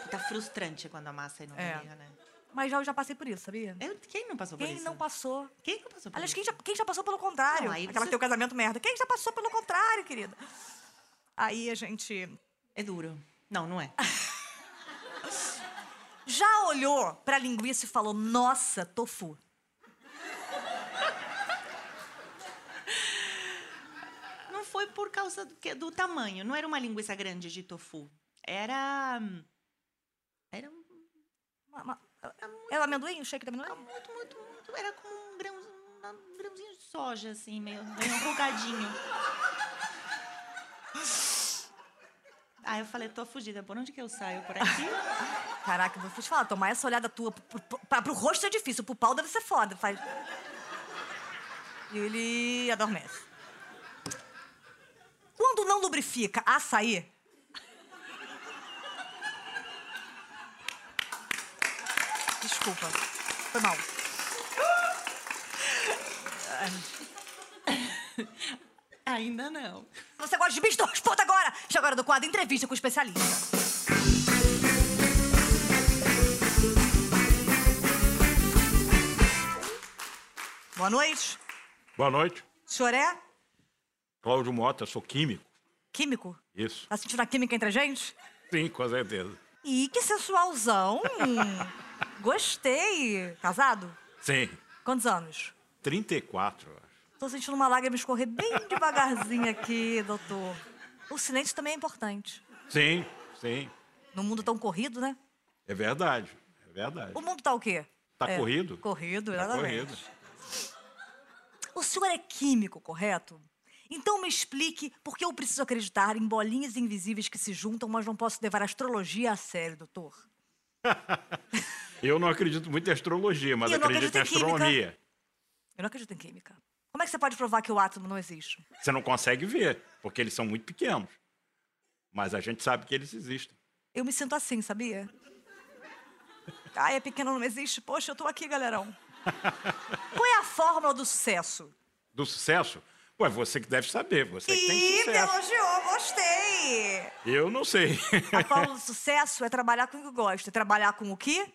S3: Tá frustrante quando a massa não
S2: É.
S3: é. né?
S2: Mas já, eu já passei por isso, sabia?
S3: Eu, quem não passou É, por
S2: Quem
S3: isso?
S2: não passou?
S3: Quem não passou por
S2: Aliás,
S3: isso?
S2: quem já, quem já passou pelo contrário?
S3: Não, aí
S2: Aquela
S3: você-
S2: que tem o casamento merda. Quem já passou pelo contrário, querido? Aí a gente...
S3: É duro. Não, não é.
S2: já olhou pra linguiça e falou, nossa, tofu.
S3: Não foi por causa do, que- do tamanho. Não era uma linguiça grande de tofu. Era. Era um-
S2: Uma- uma- É o amendoim, o shake do
S3: era
S2: amendoim?
S3: muito, muito, muito. Era como um grãozinho, um grãozinho de soja, assim, meio, meio enrugadinho. Aí eu falei, tô fugida, por onde que eu saio? Por aqui?
S2: Caraca, vou te falar, tomar essa olhada tua pro, pro, pra- pro rosto é difícil, pro pau deve ser foda. Faz... E ele adormece. Quando não lubrifica açaí, Desculpa. Foi mal.
S3: Ainda não.
S2: Você gosta de bicho dois pontos agora? Já agora do quadro Entrevista com o Especialista. Boa noite.
S5: Boa noite.
S2: O senhor é
S5: Cláudio Mota, sou químico.
S2: químico?
S5: Isso.
S2: Tá sentindo a química entre a gente?
S5: Sim, com certeza.
S2: Ih, que sensualzão! Gostei! Casado?
S5: Sim.
S2: Quantos anos?
S5: 34, eu acho.
S2: Tô sentindo uma lágrima escorrer bem devagarzinho aqui, doutor. O silêncio também é importante.
S5: Sim, sim.
S2: Num mundo tão corrido, né?
S5: É verdade. É verdade.
S2: O mundo tá o quê?
S5: Tá corrido?
S2: Corrido,
S5: Tá
S2: exatamente.
S5: corrido.
S2: O senhor é químico, correto? Então me explique por que eu preciso acreditar em bolinhas invisíveis que se juntam, mas não posso levar a astrologia a sério, doutor.
S5: Eu não acredito muito em astrologia, mas
S2: E eu não
S5: acredito, em
S2: acredito em química.
S5: astronomia.
S2: Eu não acredito em química. Como é que você pode provar que o átomo não existe?
S5: Você não consegue ver, porque eles são muito pequenos. Mas a gente sabe que eles existem.
S2: Eu me sinto assim, sabia? Ai, é pequeno, não existe. Poxa, eu tô aqui, galerão. Qual é a fórmula do sucesso?
S5: Do sucesso? Ué, você que deve saber, você É que tem
S2: Ih, me
S5: sucesso.
S2: elogiou, gostei!
S5: Eu não sei
S2: A fórmula do sucesso é trabalhar com o que gosta. É Trabalhar com o que?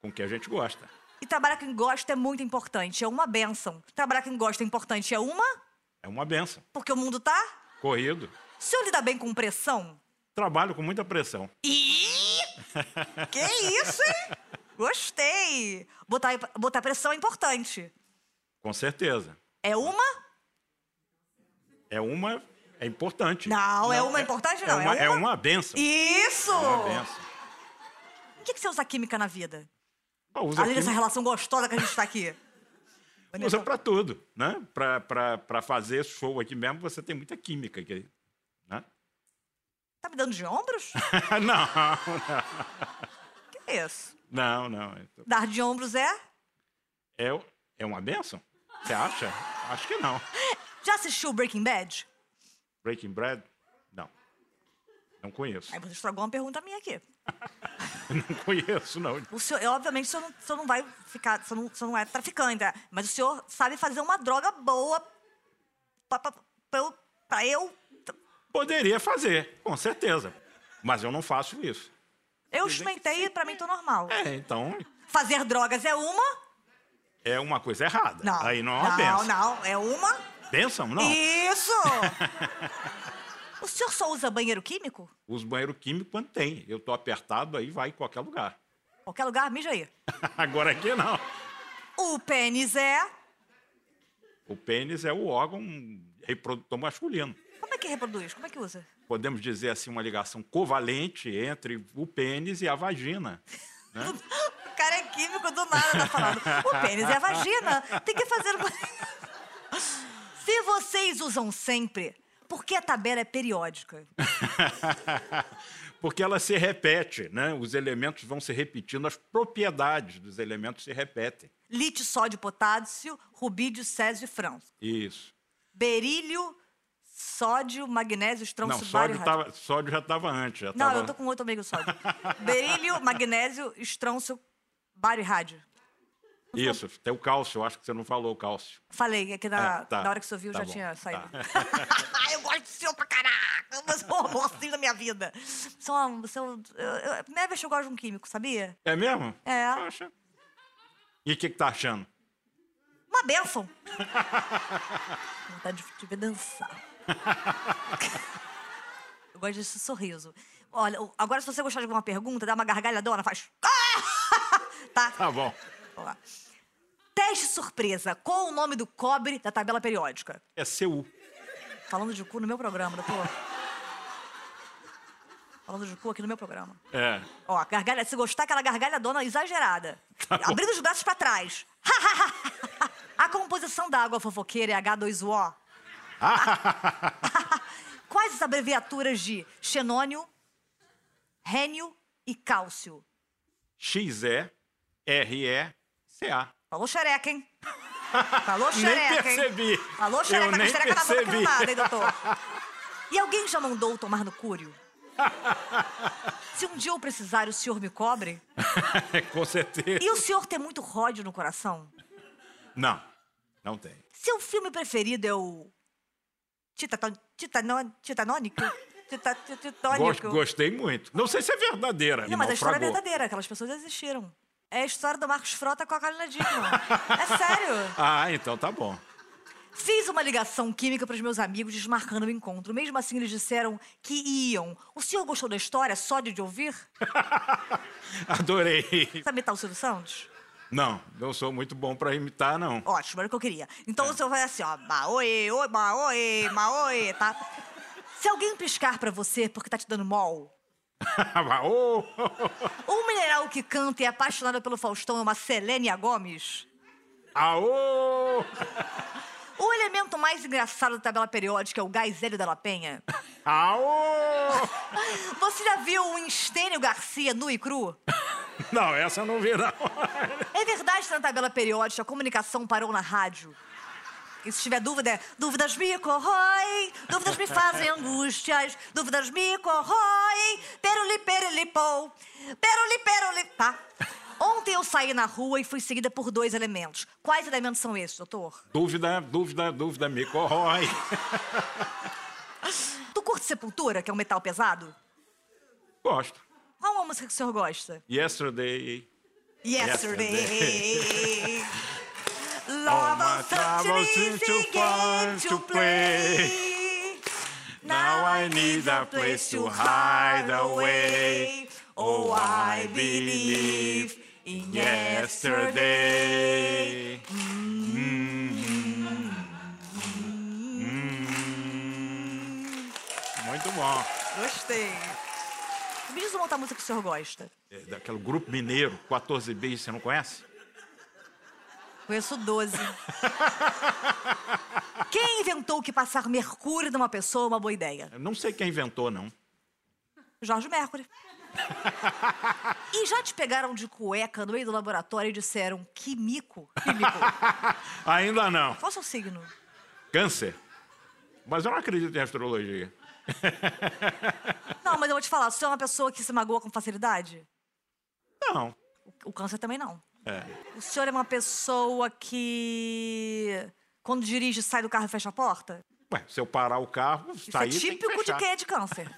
S5: com o que a gente gosta.
S2: E trabalhar com quem gosta é muito importante, é uma benção. Trabalhar com quem gosta é importante, é uma,
S5: É uma benção.
S2: porque o mundo tá.
S5: Corrido.
S2: O senhor lida bem com pressão?
S5: Trabalho com muita pressão.
S2: Ih! Que isso, hein? Gostei! Botar, botar pressão é importante.
S5: Com certeza.
S2: É uma?
S5: É uma. É importante.
S2: Não, é uma importante, não.
S5: É uma, é uma benção.
S2: Isso!
S5: É uma benção.
S2: Por que que você usa química na vida?
S5: Ah, usa
S2: Além dessa
S5: aqui-
S2: relação gostosa que a gente tá aqui.
S5: usa pra tudo, né? Pra, pra, pra fazer show aqui mesmo, você tem muita química aqui. Né?
S2: Tá me dando de ombros?
S5: não,
S2: Que isso?
S5: não, não. não.
S2: Dar de ombros é?
S5: É, é uma benção? Você acha? Acho que não.
S2: Já assistiu Breaking Bad?
S5: Breaking Bread? Não. Não conheço.
S2: Aí você estragou uma pergunta minha aqui.
S5: Não conheço, não.
S2: O senhor, é, obviamente, o senhor não, o senhor não vai ficar. O senhor não, o senhor não é traficante, né? mas o senhor sabe fazer uma droga boa pra, pra- pra eu, pra eu.
S5: Poderia fazer, com certeza. Mas eu não faço isso.
S2: Eu experimentei e pra mim tô normal.
S5: É, então
S2: Fazer drogas é uma?
S5: é uma coisa errada.
S2: Não.
S5: Aí não é uma
S2: Não,
S5: benção.
S2: não. É uma?
S5: Benção? Não.
S2: Isso! o senhor só usa banheiro químico?
S5: Os banheiros químicos quando tem. Eu tô apertado, aí vai em qualquer lugar.
S2: Qualquer lugar, mija aí.
S5: Agora aqui não.
S2: O pênis é.
S5: O pênis é o órgão reprodutor masculino.
S2: Como é que reproduz? Como é que usa?
S5: Podemos dizer assim uma ligação covalente entre o pênis e a vagina.
S2: O cara é químico do nada, tá falando. O pênis é a vagina. Tem que fazer uma. Se vocês usam sempre, por que a tabela é periódica?
S5: Porque ela se repete, né? Os elementos vão se repetindo, as propriedades dos elementos se repetem.
S2: Lítio, sódio, potássio, rubídio, césio e franco.
S5: Isso.
S2: Berílio, sódio, magnésio,
S5: Não,
S2: estroncio, bário
S5: sódio,
S2: e
S5: tava- sódio já estava antes. Já
S2: Não,
S5: tava-
S2: eu tô com outro amigo sódio. Berílio, magnésio, estroncio, bário e rádio. um
S5: Isso, tem o cálcio, eu acho que você não falou o cálcio.
S2: Falei, é que na,
S5: Ah, tá.
S2: na hora que o senhor viu
S5: Tá
S2: já
S5: bom,
S2: tinha
S5: tá.
S2: saído. eu gosto do senhor pra caraca, mas é um amorzinho da minha vida. Só, você, é um- eu, eu, é a primeira vez que eu gosto de um químico, sabia?
S5: É mesmo?
S2: É.
S5: Poxa. E o que, que tá achando?
S2: Uma bênção. Vontade de te ver dançar. eu gosto desse sorriso. Olha, o- agora se você gostar de alguma pergunta, dá uma gargalhadona, faz. "Ah!" Tá?
S5: Tá bom.
S2: Vamos lá. Teste surpresa. Qual o nome do cobre da tabela periódica?
S5: É seu.
S2: Falando de cu no meu programa, doutor. Falando de cu aqui no meu programa.
S5: É.
S2: Ó, gargalha, se gostar, aquela gargalhadona exagerada.
S5: Tá bom.
S2: Abrindo os braços pra trás. A composição da água fofoqueira é H2O. Quais as abreviaturas de xenônio, rênio e cálcio?
S5: XE, RE, CA.
S2: Falou xereca, hein? Falou
S5: Nem
S2: xereca, hein?
S5: percebi.
S2: Falou
S5: Eu
S2: xereca, com
S5: nem
S2: xereca na boca que não
S5: percebi.
S2: nada, hein, doutor? E alguém já mandou tomar no cúrio? Se um dia eu precisar, o senhor me cobre?
S5: Com certeza.
S2: E o senhor tem muito ródio no coração?
S5: Não, não tem.
S2: Seu filme preferido é o. Titaton- Titanon- Titanônico? Tita-
S5: Gost-
S2: Titônico?
S5: gostei muito. Não sei se é verdadeira. me
S2: Não, mas a história é
S5: naufragou.
S2: verdadeira, aquelas pessoas existiram. É a história do Marcos Frota com a Carolina Dickman. É sério.
S5: Ah, então tá bom.
S2: Fiz uma ligação química para os meus amigos desmarcando o encontro. Mesmo assim, eles disseram que iam. O senhor gostou da história só de de ouvir?
S5: Adorei.
S2: Sabe imitar o Silvio Santos?
S5: Não, não sou muito bom pra imitar, não.
S2: Ótimo, era o que eu queria. Então o senhor vai assim, ó, maoê, oi, maoê, maoê, tá? Se alguém piscar pra você porque tá te dando mol,
S5: Ô,
S2: um mineral que canta e é apaixonado pelo Faustão é uma Selênia Gomes,
S5: aô!
S2: o elemento mais engraçado da tabela periódica é o gás hélio da La Penha,
S5: Aô!
S2: você já viu o Estênio Garcia nu e cru?
S5: Não, essa eu não vi, não.
S2: É verdade que na tabela periódica a comunicação parou na rádio. E se tiver dúvida, é dúvidas me corroem, dúvidas me fazem angústias, dúvidas me corroem, peruli perilipou, peruli peruli... Tá? Ontem eu saí na rua e fui seguida por dois elementos. Quais elementos são esses, doutor?
S5: Dúvida, dúvida, dúvida me corrói.
S2: Tu curte Sepultura, que é um metal pesado?
S5: Gosto.
S2: Qual uma música que o senhor gosta?
S5: Yesterday.
S2: Yesterday.
S5: All
S2: Love
S5: my
S2: was such an
S5: troubles seem
S2: easy
S5: too
S2: game
S5: fun
S2: to
S5: to
S2: play. Now I need a place to hide away. Oh, I believe in yesterday.
S5: Yesterday. Uhum. Muito bom.
S2: Gostei. Me diz uma outra música que o senhor gosta.
S5: É daquele grupo mineiro, 14 bis, você não conhece?
S2: Conheço 12. Quem inventou que passar mercúrio numa pessoa é uma boa ideia?
S5: Eu não sei quem inventou, não.
S2: Jorge Mercury. e já te pegaram de cueca no meio do laboratório e disseram que mico? Que mico?
S5: Ainda não.
S2: Qual o seu signo?
S5: Câncer. Mas eu não acredito em astrologia.
S2: Não, mas eu vou te falar, você é uma pessoa que se magoa com facilidade?
S5: Não.
S2: O câncer também não.
S5: É.
S2: O senhor é uma pessoa que. Quando dirige, sai do carro e fecha a porta?
S5: Ué, se eu parar o carro,
S2: Isso
S5: sair
S2: é típico
S5: tem que
S2: de
S5: fechar.
S2: quem é de câncer.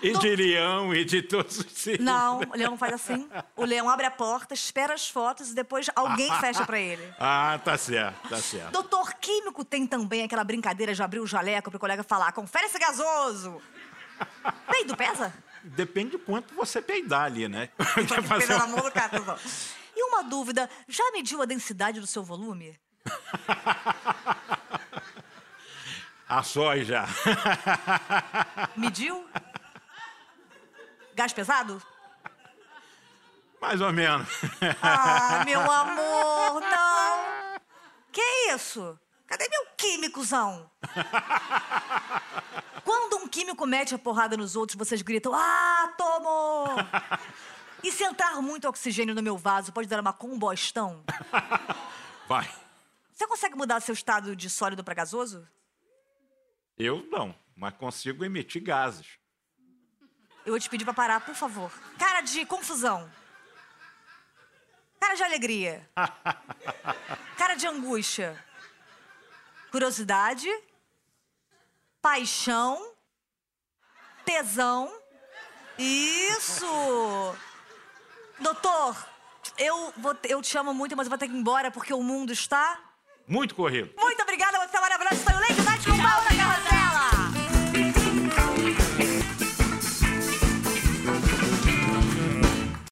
S5: E de leão e de todos os signos.
S2: Não, o leão faz assim. O leão abre a porta, espera as fotos e depois alguém fecha pra ele.
S5: Ah, tá certo, tá certo.
S2: Doutor Químico tem também aquela brincadeira de abrir o jaleco pro colega falar: confere esse gasoso! Peido pesa?
S5: Depende de quanto você peidar ali, né? Vai fazer
S2: Pesa na
S5: um-
S2: mão do cara. não. E uma dúvida: já mediu a densidade do seu volume?
S5: A soja.
S2: Mediu? Gás pesado?
S5: Mais ou menos.
S2: Ah, meu amor, não! Que isso? Cadê meu químicozão? Quando um químico mete a porrada nos outros, vocês gritam: Ah, tomo! E se entrar muito oxigênio no meu vaso, pode dar uma combustão?
S5: Vai.
S2: Você consegue mudar seu estado de sólido pra gasoso?
S5: Eu não, mas consigo emitir gases.
S2: Eu vou te pedir pra parar, por favor. Cara de confusão. Cara de alegria. Cara de angústia. Curiosidade. Paixão. Tesão. Isso! Doutor, eu, vou, te- eu te amo muito, mas eu vou ter que ir embora porque o mundo está.
S5: Muito corrido.
S2: Muito obrigada, você é maravilhosa. Foi o Lady Night com Paula